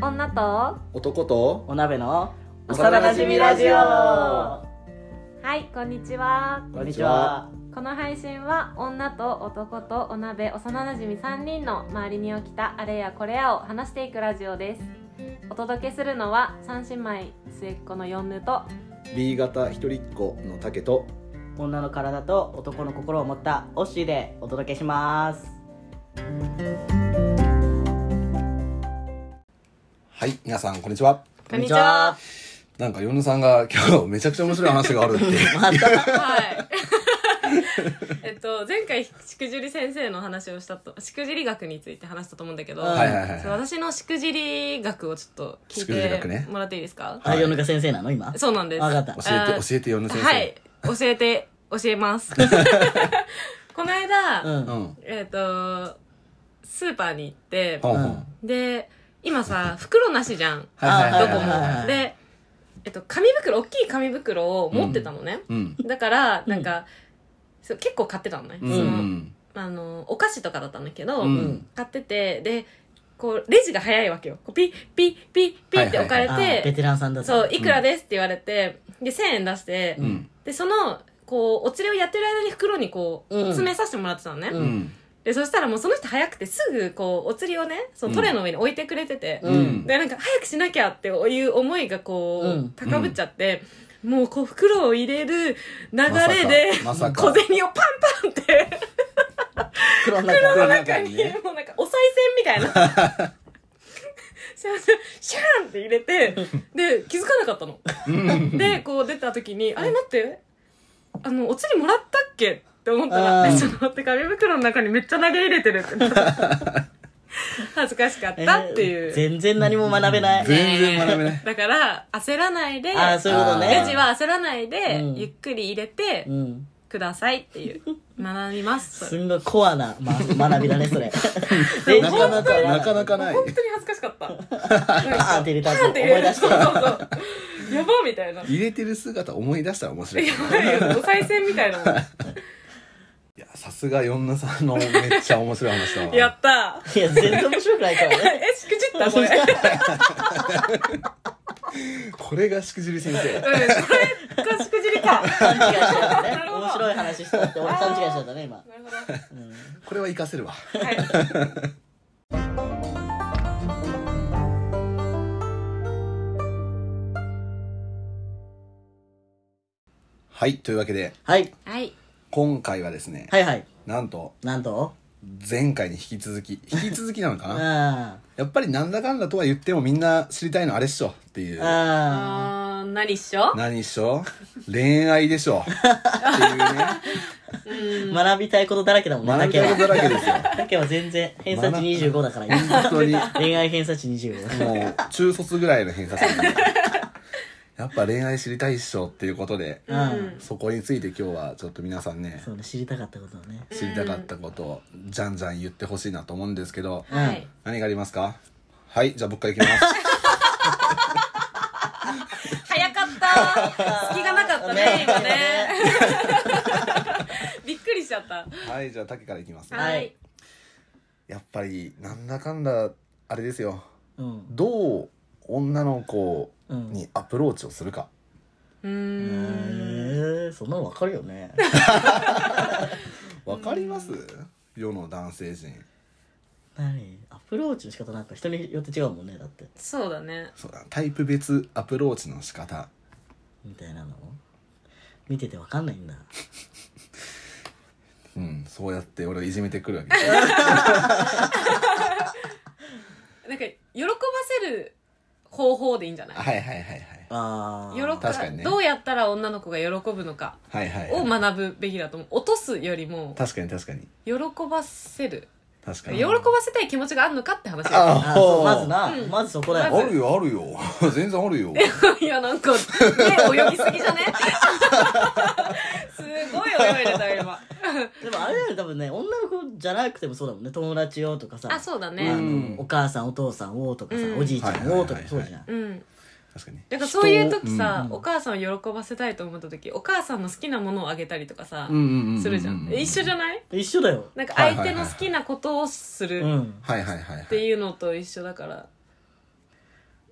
女と男とお鍋の幼馴染ラジオはいこんにちはこんにちはこの配信は女と男とお鍋幼なじみ3人の周りに起きたあれやこれやを話していくラジオですお届けするのは三姉妹末っ子の四女と B 型一人っ子の竹と女の体と男の心を持ったオッシーでお届けしますはい、皆さん、こんにちは。こんにちはなんか、ヨヌさんが今日めちゃくちゃ面白い話があるって。またはい。 えっと、前回、しくじり先生の話をしたと、しくじり学について話したと思うんだけど、はいはいはいそう私のしくじり学をちょっと聞いしくじり学ねてもらっていいですか、あ、ヨヌカ先生なの今そうなんです。わかった教えあて、教えて、ヨヌ先生。はい。教えて、教えます。 この間、うんうん。うん。えっと、スーパーに行って、ほんほんうんで、今さ、袋なしじゃん。はいはいどはい。こはいはいはも。いで、えっと、紙袋、大きい紙袋を持ってたのね。うん。だから、なんか、そう結構買ってたのね、うん。うそのん。あのお菓子とかだったんだけど、うん買っててでこうレジが早いわけよこうピッピッピッピッって置かれて、あベテランさんだそういくらですって言われてで1000円出して、うん。でそのこうお釣りをやってる間に袋にこう、うん詰めさせてもらってたのね、ううん。でそしたらもうその人早くてすぐこうお釣りをねそのトレーの上に置いてくれてて、うんでなんか早くしなきゃっていう思いがこう、うん高ぶっちゃって、もうこう袋を入れる流れで、まさか小まさか銭をパンパンって黒の袋中の中に、袋の中にねもうなんかお賽銭みたいなすいませんシャーンって入れてで気づかなかったの、でこう出た時に「あれ待ってあのお釣りもらったっけ?」って思ったあら「ーえちょっと待って紙袋の中にめっちゃ投げ入れてる」ってなった 恥ずかしかったっていう、えー全然何も学べない全然学べない。だから焦らないであーそういうことねレジは焦らないで、うんゆっくり入れてうんくださいっていう学びますすんごいコアな、ま、学びだねそ れ全な然かなか、学べいなかなかない本。当に恥ずかしかった。パーンって入れたぞパンっ思いて入れ出るしそうたそうそう。やばみたいな。や入れてる姿思い出したら面白い。いばいよ、お賽銭みたいなもん。や、さすがヨヌさんのめっちゃ面白い話だわ。やった。いや全然面白くないからねえ、しくじったこれ。うん、ここれがしくじり先生。れがしくじりか。勘違いしちゃったね なるほど面白い話したって俺勘違いしちゃったね今なるほど。これは活かせるわ。はい。はい、というわけで、はいはい。今回はですね、はいはいなんと、なんと前回に引き続き、引き続きなのか うなんあやっぱりなんだかんだとは言ってもみんな知りたいのあれっしょっていう。ああー、何っしょ何っしょ恋愛でしょっていうね。 学びたいことだらけだもんね学だびたけいことだはらけですよ。だけは全然偏差値25だから今本当に。恋愛偏差値25もう、中卒ぐらいの偏差値。やっぱ恋愛知りたいっしょっていうことで、うんそこについて今日はちょっと皆さんね、そうね知りたかったことをね知りたかったことをじゃんじゃん言ってほしいなと思うんですけど、はい。何がありますかはい、じゃあ僕からいきます。早かった。隙がなかったね、今ね。びっくりしちゃった。はい、じゃあ竹からいきます、はいはい。やっぱり、なんだかんだ、あれですよ。うんどう女の子にアプローチをするか、うえーん。ーそんなのわかるよねわかります、世の男性陣何アプローチの仕方なんか人によって違うもんねだってそうだね。そうだタイプ別アプローチの仕方みたいなの見ててわかんないんだうんそうやって俺をいじめて くるわけですよなんか、喜ばせる方法でいいんじゃないはいはいはいはいあ喜あぶ確かにねどうやったら女の子が喜ぶのかはいはいをはい学ぶべきだと思う落とすよりも確かに確かに喜ばせる確か喜にばせたい気持ちがあるのかって話だよああほそううまずな、まずそこだよあるよあるよ全然あるよ いやなんかね泳ぎすぎじゃね すごい泳いでたよ今でもあれだよね多分ね女の子じゃなくてもそうだもんね友達よとかさあそうだあのねうんお母さんお父さんをとかさ、うんおじいちゃんをとはかいはいはいはいそうじゃん、うん確かにだからそういう時人さ、うんお母さんを喜ばせたいと思った時お母さんの好きなものをあげたりとかさ、うんうんうんうするじゃん一緒じゃない一緒だよなんか相手の好きなことをすうるんはいはいはいはっていいうのと一緒だから、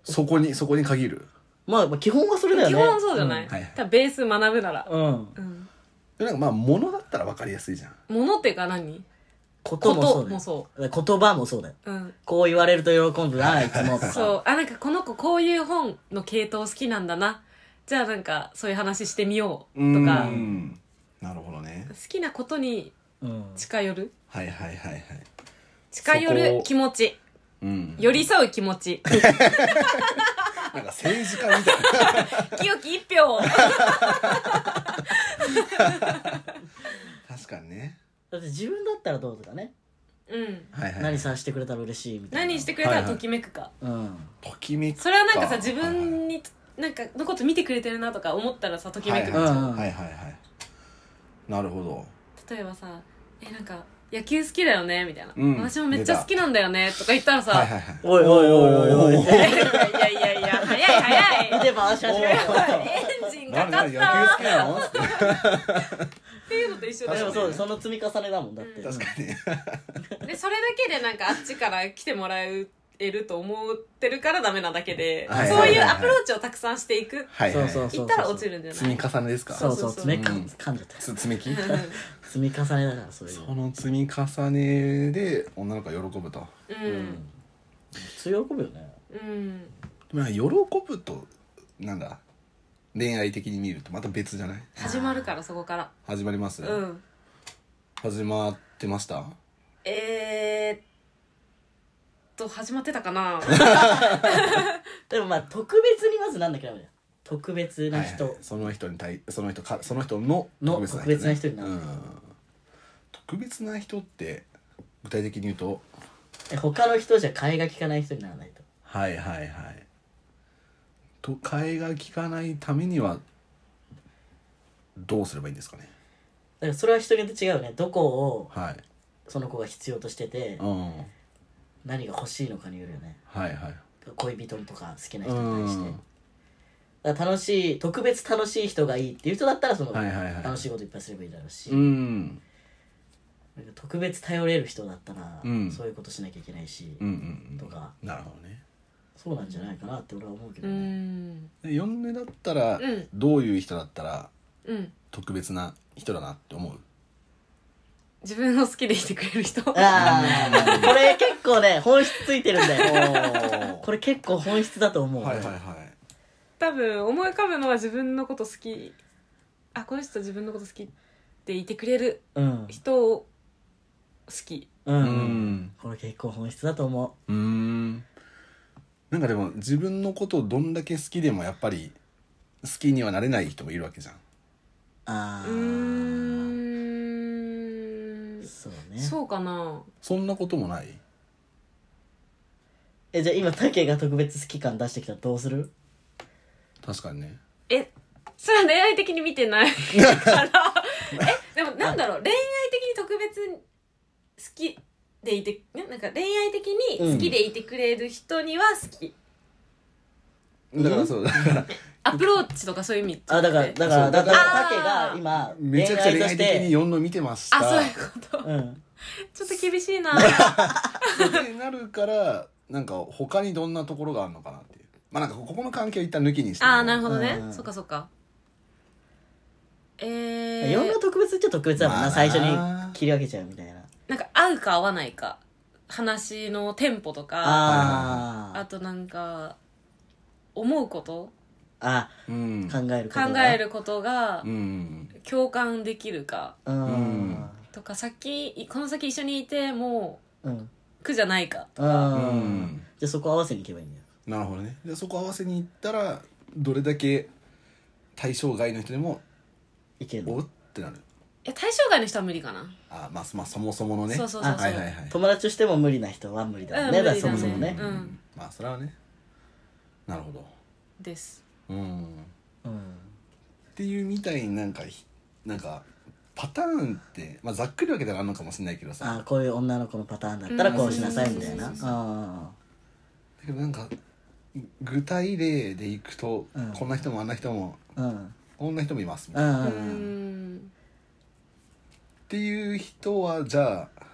そこにそこに限るまあまあ基本はそれだよね基本そうじゃない、うんはい多分ベース学ぶなら、うん、うんうん、でなんかまあ物だったら分かりやすいじゃんものっていうか何こともそうだこともそよ言葉もそうだようんこう言われると喜んでなあいつもとかそうあなんかこの子こういう本の系統好きなんだなじゃあなんかそういう話してみようとかうーんなるほどね好きなことにう、ん、近寄るはいはいはいはい近寄そこるを気持ちうん寄り添う気持 ちなんか政治家みたい清き一票な確かにねだって自分だったらどうとかね、うんはいはい何さしてくれたら嬉しいみたいな何してくれたらときめくか、うんときめきそれはなんかさ自分になんかのこと見てくれてるなとか思ったらさときはめいくはいじゃん、はいうんはいはいなるほど例えばさ「えなんか野球好きだよね」みたいな、うん私もめっちゃ好きなんだよね」とか言ったらさ「はいいはいはいおいおいおいおいおいやいやいや早い見早い て回し始めるよエンジンかかっ誰々野球た」好きなのってっていうのと一緒だでもよそうその積み重ねだもんだって、確かにでそれだけでなんかあっちから来てもらえると思ってるからダメなだけで、はいそういうアプローチをたくさんしていく、はいはいそはういそう行そういったら落ちるんじゃ積なみい重ねですかそうそうそうそうそう爪かうん噛んじゃったつ積み木積み重ねだからそういうそのの積み重ねで女の子が喜ぶとうんうん普通喜ぶよねうんでもなんか喜ぶとなんだ恋愛的に見るとまた別じゃない始まるからそこから始まります、うん始まってましたえー、っと始まってたかなでもまあ特別にまずなんだけど特別な人、はいはいその人に対その人かその人のの特別な人にねなるうん特別な人って具体的に言うとえ他の人じゃ替えが利かない人にならないとはいはいはいと替えが利かないためにはどうすればいいんですかねだからそれは人によって違うよねどこをはい、その子が必要としててうん、はい何が欲しいのかによるよねはい恋人とか好きなう人に対してんだから楽しい特別楽しい人がいいっていう人だったらそのはいはいはい楽しいこといっぱいすればいいだろうし、うんなんか特別頼れる人だったら、うんそういうことしなきゃいけないし、うんうんとかうんなるほどねそうなんじゃないかなって俺は思うけどうね、ん四年だったうら、んどういう人だったらうん特別な人だなって思う自分の好きでいてくれる人ああこれ結構ね本質ついてるんだ よはこれ結構本質だと思う、いはいは多分思い浮かぶのは自分のこと好きあこの人自分のこと好きっていてくれるうん人を好きういん、うんこれ結構本質だと思うーんなんかでも自分のことをどんだけ好きでもやっぱり好きにはなれない人もいるわけじゃんうあうあーんそうねそうかなそんなこともないえじゃあ今タケが特別好き感出してきたらどうする確かにねえそれは恋愛的に見てないから えでもなんだろう恋愛的に特別好きでいてななんか恋愛的に好きでいてくれる人には好き、だからそうだからアプローチとかそういう意味あだからだからそうだかあーらタケが今めちゃくちゃ恋愛的に四の見てましたあそういうことうんちょっと厳しいなってなるからなんか他にどんなところがあるのかなっていうまあなんかここの関係を一旦抜きにしてもああなるほどね、うんそっかそっかえー、いろんな特別っちゃ特別だもんまあなな最初に切り分けちゃうみたいななんか合うか合わないか話のテンポとかああーとなんか思うことあうん考えること考がえることがうん共感できるかうんうんとか先この先一緒にいてもうんう苦じゃないかうんじゃあそこ合わせにいけばいいんだよなるほどねでそこ合わせに行ったらどれだけ対象外の人でもいけるおのってなるいや対象外の人は無理かな、あまあ、まあ、そもそものねそうそうそうそう、はいはいはい、友達としても無理な人は無理だもんねうん無だ理だねからそもそもねうんまあそれはねなるほどですうんっうんていうみたいになんかひなんかパターンって、まあ、ざっくり分けたらあるのかもしれないけどさあーこういう女の子のパターンだったらこうしなさいみたいなうんあだけどなんか具体例でいくと、うんこんな人もあんな人もーうんこんな人もいますみたういな、っうんんていう人はじゃあ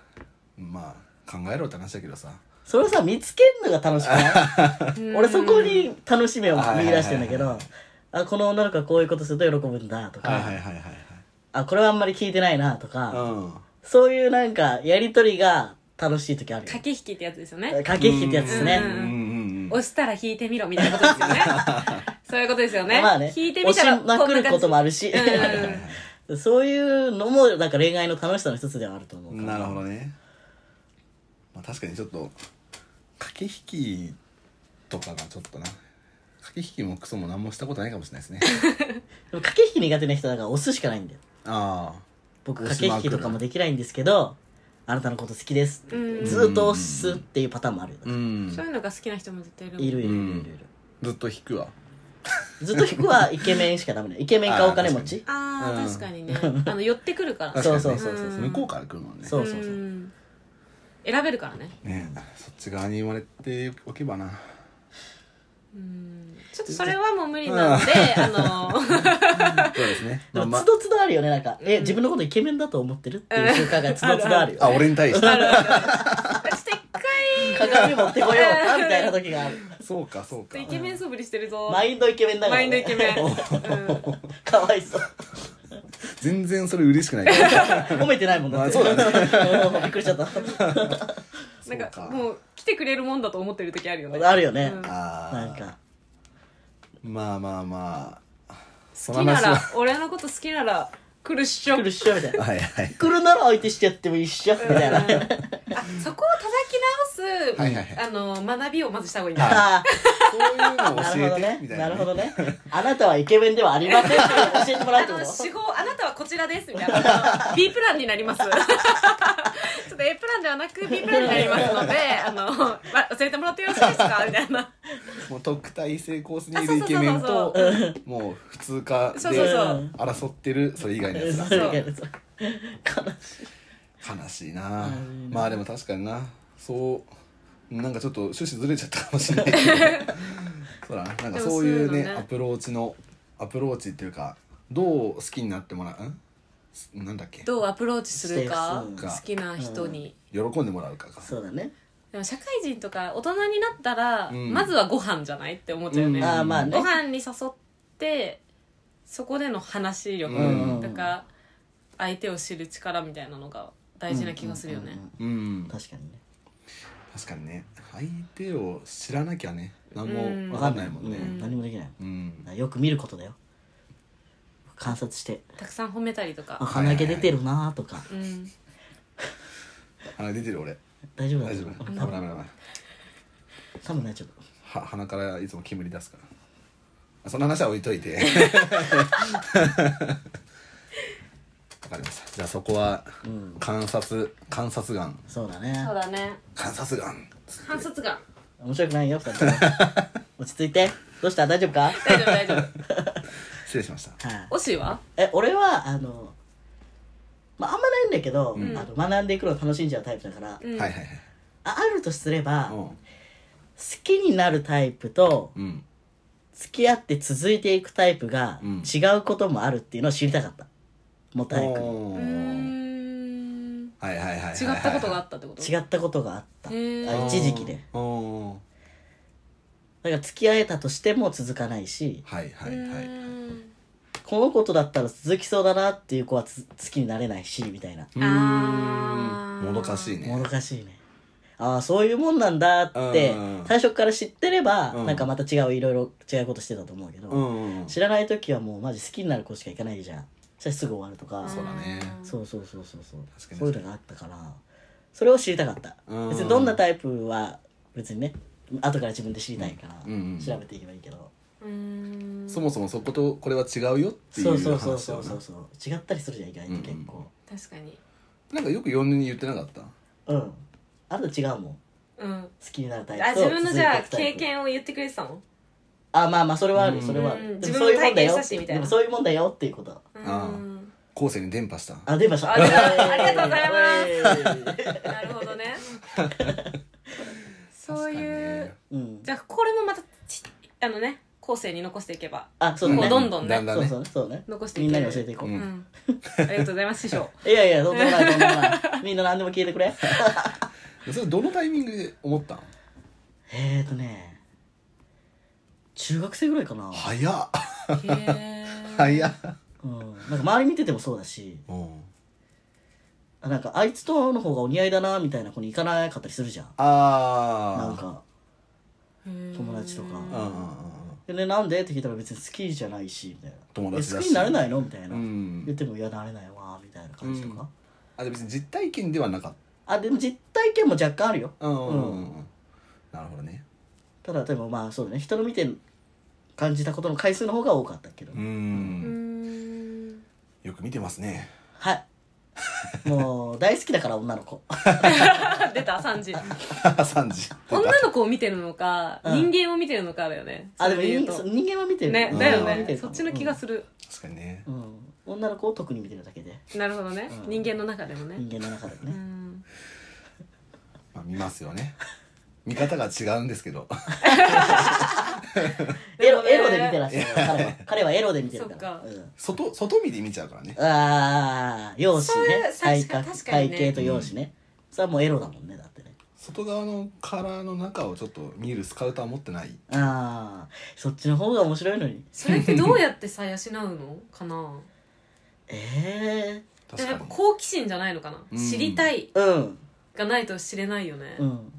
まあ考えろって話だけどさそれをさ見つけるのが楽しくない俺そこに楽しみを見出してんだけどあこの女の子はこういうことすると喜ぶんだとか、はいはいはいはいあこれはあんまり聞いてないなとか、はそういうなんかやりとりが楽しい時あるよ駆け引きってやつですよね駆いけ引きってやつですね、うんうんうん押したら引いてみろみたいなことですよ ねそういうことですよね,、まあね引いてみた押らしまくることもあるるし、うんはいはいはいそういうのもなんか恋愛の楽しさの一つではあると思うかならるほどね、まあ、確かにちょっと駆け引きとかがちょっとな駆け引きもクソも何もしたことないかもしれないで すねでも駆け引き苦手な人だから押すしかないんだよああ僕押駆しけまく引るきとかもできないんですけどあなたのこと好きですってうんずーっと押すっていうパターンもあるよ、うんそういうのが好きな人も絶対いるもんいるいるいるいるいる、ずっと引くわずっと引くはイケメンしかダメだよイケメンかお金持ちあー、うん確かにね あの寄ってくるから確かそにうねそうそうそう、うん向こうから来るもんねそうそうそう、ん選べるからねねそっち側に言われておけば なうんちょっとそれはもう無理なのであのそうですねでまあもまつどつどあるよねなんか、え自分のことイケメンだと思ってるっていう習慣がつどつどあるよ、あ俺に対してちょっと一回鏡持ってこようかみたいな時があるそうかそうかイケメン素振りしてるぞマインドイケメンだから、マね、インドイケメン、 うん、かわいそう全然それ嬉しくない けど褒めてないもんだって、そうだね びっくりしちゃったなんかそうかもう来てくれるもんだと思ってる時あるよねあるよね、うんあなんあかまあまあまあそ好のきな話はら俺のこと好きなら来るっしょ来るっしょみたいなはい はい来るなら相手してやってもいいっしょみたいなあそこを叩き直す、はいはいはあの学びをまずした方がいいな、あそういうのあをなる教ほどえてみねたいななるねほどねあなたはイケメンではありませんって教えてもらうってあこのと手法あなたはこちらですみたいなあの B プランになります ちょっと A プランではなく B プランになりますのであの、ま、忘れてもらってよろしいですかみたいなもう特待生コースあにいそうるそイうケそうメそンうとそうもう普通科でそうそうそう争ってるそれ以外のやつだそういうそう悲しいなまあでも確かになそうなんかちょっと趣旨ずれちゃったかも しれないけどそうだななんかそういうでもそうねいうのねアプローチのアプローチっていうかどう好きになってもらうんなんだっけどうアプローチするかそうか好きな人に、喜んでもらうかかそうだねでも社会人とか大人になったら、うんまずはご飯じゃないって思っちゃうよね、うんああまあねご飯に誘ってそこでの話力うんとか、相手を知る力みたいなのが大事な気がするよね、うん確かにね確かにね相手を知らなきゃね何うんも分かんないもんねう何もできないうんよく見ることだよ観察してたくさん褒めたりとあか、鼻毛出てるなーとかうん、鼻出てる俺大丈夫だ大丈夫危ない危ない危ない多分大丈夫は鼻からいつも煙出すからあその話は置いとい てわかりましたじゃあそこは観察観察眼そうだねそうだね観察眼観察眼面白くないよ二人とも落ち着いてどうした大丈夫かはい、大丈夫 大丈失礼しました夫推しはえ俺はあのまああんまないんだけど、んあの学んでいくのを楽しんじゃうタイプだから、うんはいはいああるとすれば、はい好きになるタイプとうんうん付き合って続いていくタイプがうん違うこともあるっていうのを知りたかったもたいくにおうーーん違はいはいはいはいはいったことがあったってこと違ったことがあったへーあ一時期でおーだから付き合えたとしても続かないしはいはういはいーんこの子とだったら続きそうだなっていう子はつ好きになれないしみたいなうあーーんもどかしいもねどかしいねああそういうもんなんだってうん最初から知ってれば、うんなんかまた違ういろいろ違うことしてたと思うけど、うん知らない時はもうマジ好きになる子しか行かないじゃんそしたらすぐ終わるとかそうだねそうそうそうそうそう確かにそういうのがあったからそれを知りたかった、うん別にどんなタイプは別にね後から自分で知りたいから、うんうんうん調べていけばいいけど、うーんそもそもそことこれは違うよっていうそう話だそうなそうそうそうそう違ったりするじゃん意外と結構確かになんかよく4年に言ってなかったうん、あると違うもん好うんきになるタあイプ自と分のじゃあ続いてい経くタイプ験を言ってくれてたのあまあまあそれはある、うんそれはある、うんでもそういうもんだ自分の体験よしたしみたいなでもそういうもんだよっていうことうあーん後世に伝播したあ出ましたあ出たありがとうございます、えなるほど ねそうい確うかーうん、じゃあこれもまたちあのね後世に残していけばあそうだねもうどんどんねだんだんねそうそうねそうね残していみけんるなに教えていこう、ううんんありがとうございます師匠いやいやとんでもないとんでもないみんな何でも聞いてくれそれどのタイミングで思ったんえーとね中学生ぐらいかな、早っへー早っうん、なんか周り見ててもそうだしうんあなんかあいつとの方がお似合いだなみたいな子に行かなかったりするじゃんなんあか友達とかあうんうんうんで、ね、なんでって聞いたら別に好きじゃないしみたいな友達えだ好しきになれないのみたいな、うん言ってもいやなれないわみたいな感じとか、うんあで別に実体験ではなかっあでも実体験も若干あるよたうんうんうんうんなるほどねただでもまあそうだね人の見て感じたことの回数の方が多かったけど、ううーんんよく見てます ねはいもう大好きだから女の 子あ出た3時3時女の子を見てるのか、うん人間を見てるのかだよねあでもそれ人言うと人間は見てるね人だよ間は見てねるかそもっちの気がする、確かにねうん、うん女の子を特に見てるだけでなるほどね、うん人間の 中でもね、人間の中でうねんまあ見ますよね見方が違うんですけどエロでエもねロで見てらっし ゃる彼は彼はエロで見てるからそっう外ん外見で見ちゃうからねああ容姿それね確体か格確かにね体型と容姿ね、それはもうエロだもんねだってね外側のカラーの中をちょっと見るスカウター持ってないああそっちの方が面白いのにそれってどうやってさ養うのかなえで確もかやっにぱ好奇心じゃないのかな、うん知りたいえうんがないと知れないよね、うん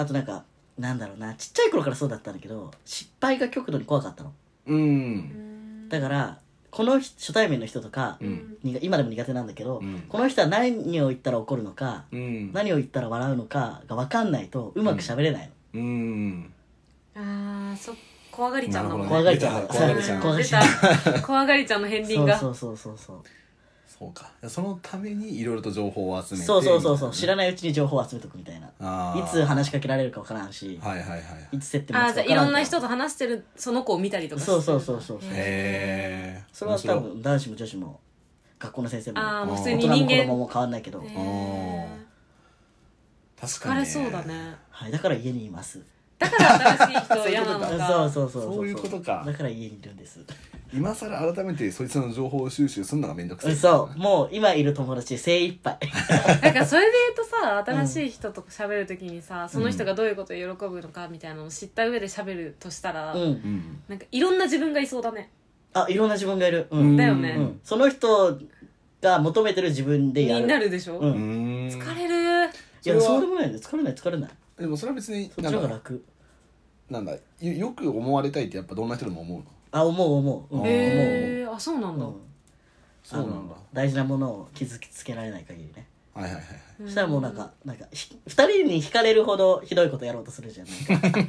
あとなんかなんだろうなちっちゃい頃からそうだったんだけど失敗が極度に怖かったのうんだからこの人初対面の人とか、うんに今でも苦手なんだけど、うんこの人は何を言ったら怒るのか、うん何を言ったら笑うのかが分かんないとうまく喋れないの、うんあーそ怖がりちゃんなのなる怖ほどがねりちゃう怖がりちゃん怖が出りちゃうた怖がりちゃんの片鱗がそうそうそうそうそうかそのためにいろいろと情報を集めてそうそうそうそう知らないないうちに情報を集めとくみたいないあーつ話しかけられるか分からんし、はいはいはいい、つ接点あ持あじつかゃあ分いからろんんな人と話してるその子を見たりとかそうそうそうそうそうへえそれは多分男子も女子も学校の先生もああもう普通大に人も人子供間も変わんないけど、へおーー確か疲に、れそうだねはい、だから家にいますだから新しい人嫌なのそうかそうそうそういうことかだから家にいるんです今さら改めてそいつの情報収集するのがめんどくさいそうもう今いる友達精一杯なんかそれで言うとさ新しい人と喋る時にさ、その人がどういうことを喜ぶのかみたいなのを知った上で喋るとしたら、うんうんなんかいろんな自分がいそうだねあいろんな自分がいるううんん、だよね、うんその人が求めてる自分でやにるなるでしょ、うんうーん疲れるいやそうでもないんだよ疲れない疲れないでもそれは別にそっなちんの方がだ楽なんだよよく思われたいってやっぱどんな人でも思うのあ思う思ううん思うへえあそうなんだ、思うそうなんだあの大事なものを傷つけられない限りねはいはいはいはいうんそしたらもうなんかなんかひ二人に惹かれるほどひどいことやろうとするじゃんなんかう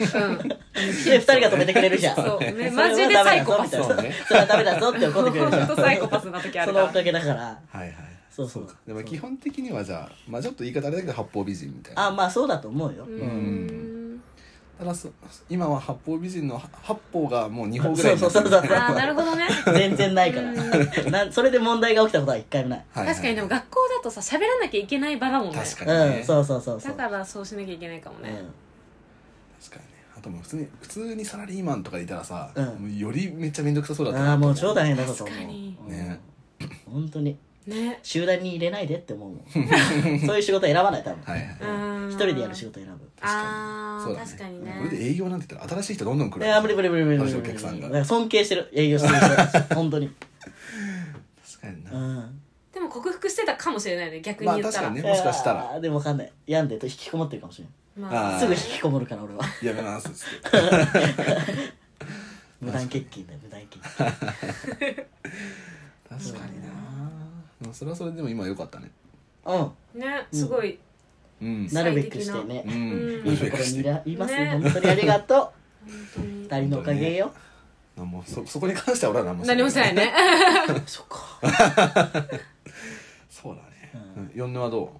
んで二人が止めてくれるじゃんそうねそれはマジでサイコパスダメだぞみたいそうねなそれはダメだぞって怒ってくれるじゃ本ん当サイコパスな時あそるのかおからげだからはいはいそうそうかでも基本的にはじゃあまあちょっと言い方あれだけど八方美人みたいなあまあそうだと思うよ、うんただそ今は八方美人の八方がもう二方ぐらいになそうそうそうそうああなるほどね全然ないからなんそれで問題が起きたことは一回もないはいはい確かにでも学校だとさ喋らなきゃいけない場だもんね確かにねうんそうそうそうそだうからそうしなきゃいけないかもね、確かにねあともう普通に普通にサラリーマンとかでいたらさ、うんもうよりめっちゃ面倒くさそうだうん、ったなああもうと思超大変だこと思確かにう、ねうん、本当にね集団に入れないでって思うもんそういう仕事選ばない多分、はいはいうん一人でやる仕事選あそあうだ確かにねこれで営業なんて言ったら新しい人どんどん来ぶいるや無理無理無理無理無理新しい無お理客さんだがから尊敬してる営業する人たち本当に確かにな、うんでも克服してたかもしれないね逆まあに言っ確た、からにねもしかしたいらやーでもわかんない病んでと引きこもってるかもしれまああーないすぐ引きこもるから俺はやめますっつって無断欠勤だよ無断欠勤確かになでもそれはそれでも今良かったねうんねすごい、うんなるべくしてねううんんいいところにいらいますよ、ね本当にありがと本当うに二人のおかげよ、 もうそそこに関しては俺は何も何もしてないね そっかそうだね、うん、四年はど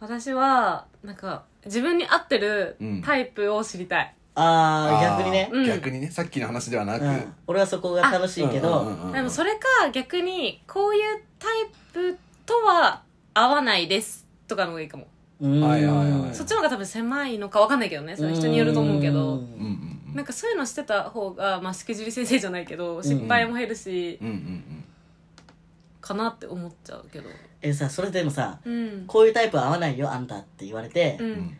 私はなんか自分に合ってるタイプを知りたい、うあああー逆にね、うん逆にねさっきの話ではなく、うん、俺はそこが楽しいけど、うんうんうんうんでもそれか逆にこういうタイプとは合わないですとかの方がいいかも、うんはいはいはいそっちの方が多分狭いのか分かんないけどねそれは人によると思うけどうんうんうんなんかそういうのしてた方が、まあ、しくじり先生じゃないけど失敗も減るし、うんうんうんかなって思っちゃうけどえさそれでもさうんこういうタイプ合わないよあんたって言われて、うん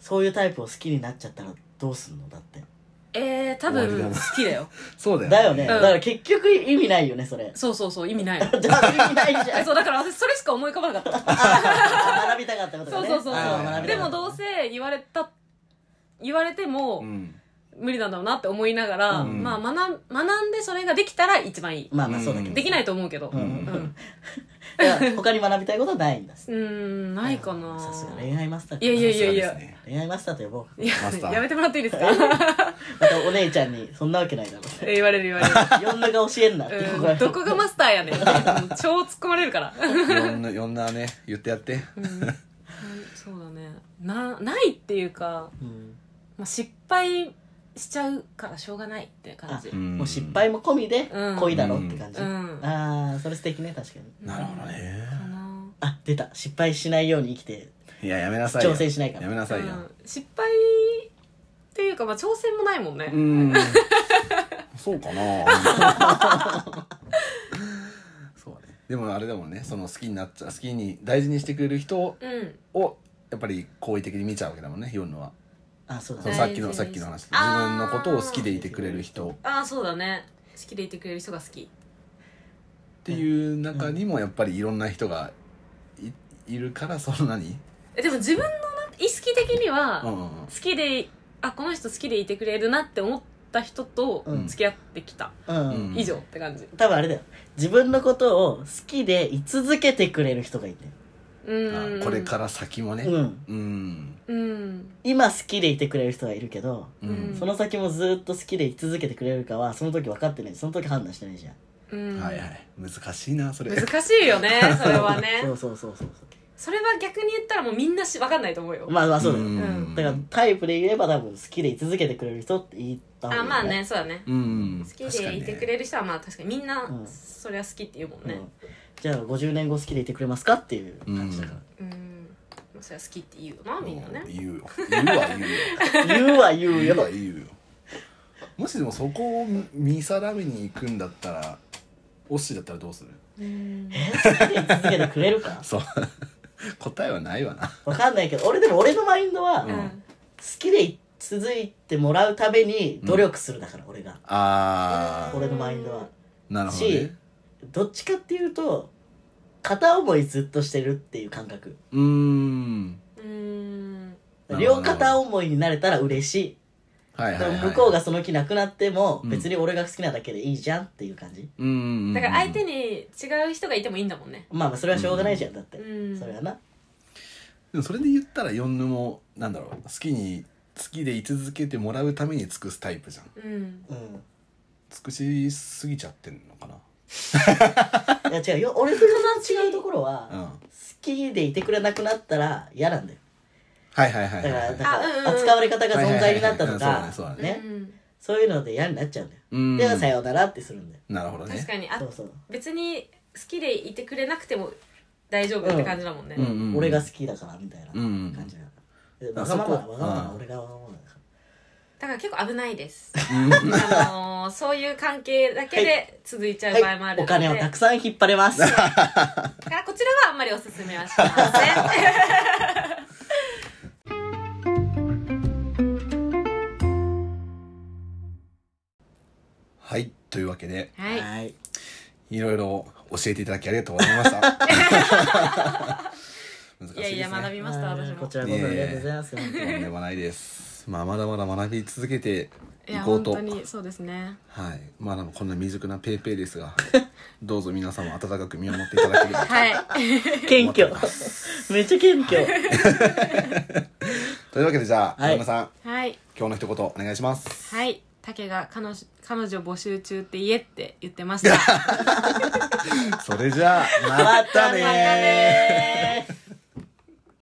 そういうタイプを好きになっちゃったらどうすんのだってえー、多終わ分好りだなきだよそうだよだよね、んだから結局意味ないよね それそうそうそう意味ないのじゃあ意味ないじゃえ んそうだから私それしか思い浮かばなかったあ学びたかったことそがうねそうそうあーそ学うびでたかもったどうせ言われた言われてもうん無理なんだろうなって思いながら、うんまあ学ん学んでそれができたら一番いいまあまあそうだけどできないと思うけどうんんだから他に学びたいことはないんだうーんないかなさすが恋愛マスターいやいやいやいさやすがですね恋愛マスターと呼ぼういやマスターやめてもらっていいですかまたお姉ちゃんにそんなわけないだろ え言われる言われるいろんなが教えんな ってここうがんどこがマスターやねん超突っ込まれるからいろんな、いろんなね、言ってやって。そうだねなないっていうか、んまあ、失敗しちゃうからしょうがないって感じあもう失敗も込みでうん恋だろって感じ、うんああそれ素敵ね確かになるほどね。かなあ出た失敗しないように生きていや、やめなさいよ。挑戦しないかやらめなさいよ。うん失敗っていうか、まあ、挑戦もないもんね、 うん。そうかな。そうね。でもあれだもんね、その好きになっちゃう、好きに大事にしてくれる人うんを。やっぱり好意的に見ちゃうわけだもんね、読むのは。あそうだそのねさっきの、大事さにっきの話。あ自ー分のことを好きでいてくれる人。っああそうだね好きでいてくれる人が好きていう中にも、やっぱりいろんな人が。い、いるから、そんなに。えでも自分のな意識的には、うんう好んうん。きであこの人好きでいてくれるなって思った人とうん付き合ってきた、うん、うん以上って感じ多分あれだよ自分のことを好きで居続けてくれる人がいてうんあこれから先もね。うんうん。うん今好きでいてくれる人はいるけど、うんその先もずっと好きで居続けてくれるかはその時分かってないその時判断してないじゃんうんはいはい。難しいな、それ。難しいよねそれはねそうそうそうそうそそれは逆に言ったらもうみんなし分かんないと思うよ、うまあまあそうだよ、んうんだからタイプで言えば多分好きで居続けてくれる人って言った方がいあいよまあねそうだねうん。好きでいてくれる人はまあ確かにみんなうんそれは好きって言うもんうねんじゃあ50年後好きでいてくれますかっていう感じだから、うん、まあそれは好きって言うよな確かみにんねなね言うよ。言うわ、言うよ。言うは言う 言うよわ、言うよ。もしでもそこを見定めに行くんだったら、オッシーだったらどうするえ好きで居続けてくれ るかそう。答えはないわな。分かんないけど俺でも俺のマインドは、う好んきで居続いてもらうために努力するだから、俺があ俺のマインドはー、なるほどしね。どっちかっていうと片思いずっとしてるっていう感覚うーん。うんなるほ両ど片思いになれたら嬉しいはいはい、はい。向こうがその気なくなってもうん別に俺が好きなだけでいいじゃんっていう感じ、うんうんうんうん。だから相手に違う人がいてもいいんだもんねまあまあそれはしょうがないじゃんだって、うんそれはなでもそれで言ったら、ヨンヌも、なんだろう、好きに、好きで居続けてもらうために尽くすタイプじゃん。うんうん尽くしすぎちゃってんのかな。いや違うよ俺と違うところは、うん好きでいてくれなくなったら嫌なんだよはいはいはだいはかい、らなんあうんうんか扱われ方が存在になったとはいはいはいはかいそうだうねそうだんねそういうので嫌になっちゃうんだようんではさようならってするんだよなるほど確ねかにあそうそう別に好きでいてくれなくても大丈夫って感じだもんね、うんうんうん俺が好きだからみたいなうんうん感じだからでわがままだあそこわがままだうん俺がわがままだからだから結構危ない です、あのーそういう関係だけで続いちゃう場合もあはいるおので、金をたくさん引っ張れますだからこちらはあんまりおすすめはしませはいというわけでんはいはいいろいろ教えていただきありがとうございました 難しいですいねやいや学びましたはい私こもちらこそありがとうございますとんでもないですまあまだまだ学び続けていこうとそうですねはいまだこんな未熟なペイペイですがどうぞ皆様温かく見守っていただけれ ばはい謙虚思ってめっちゃ謙虚というわけでじゃあは旦い那さんはい今日の一言お願いしますはい竹が彼女彼女募集中って言えって言ってましたまそれじゃあままたたねねーたねーー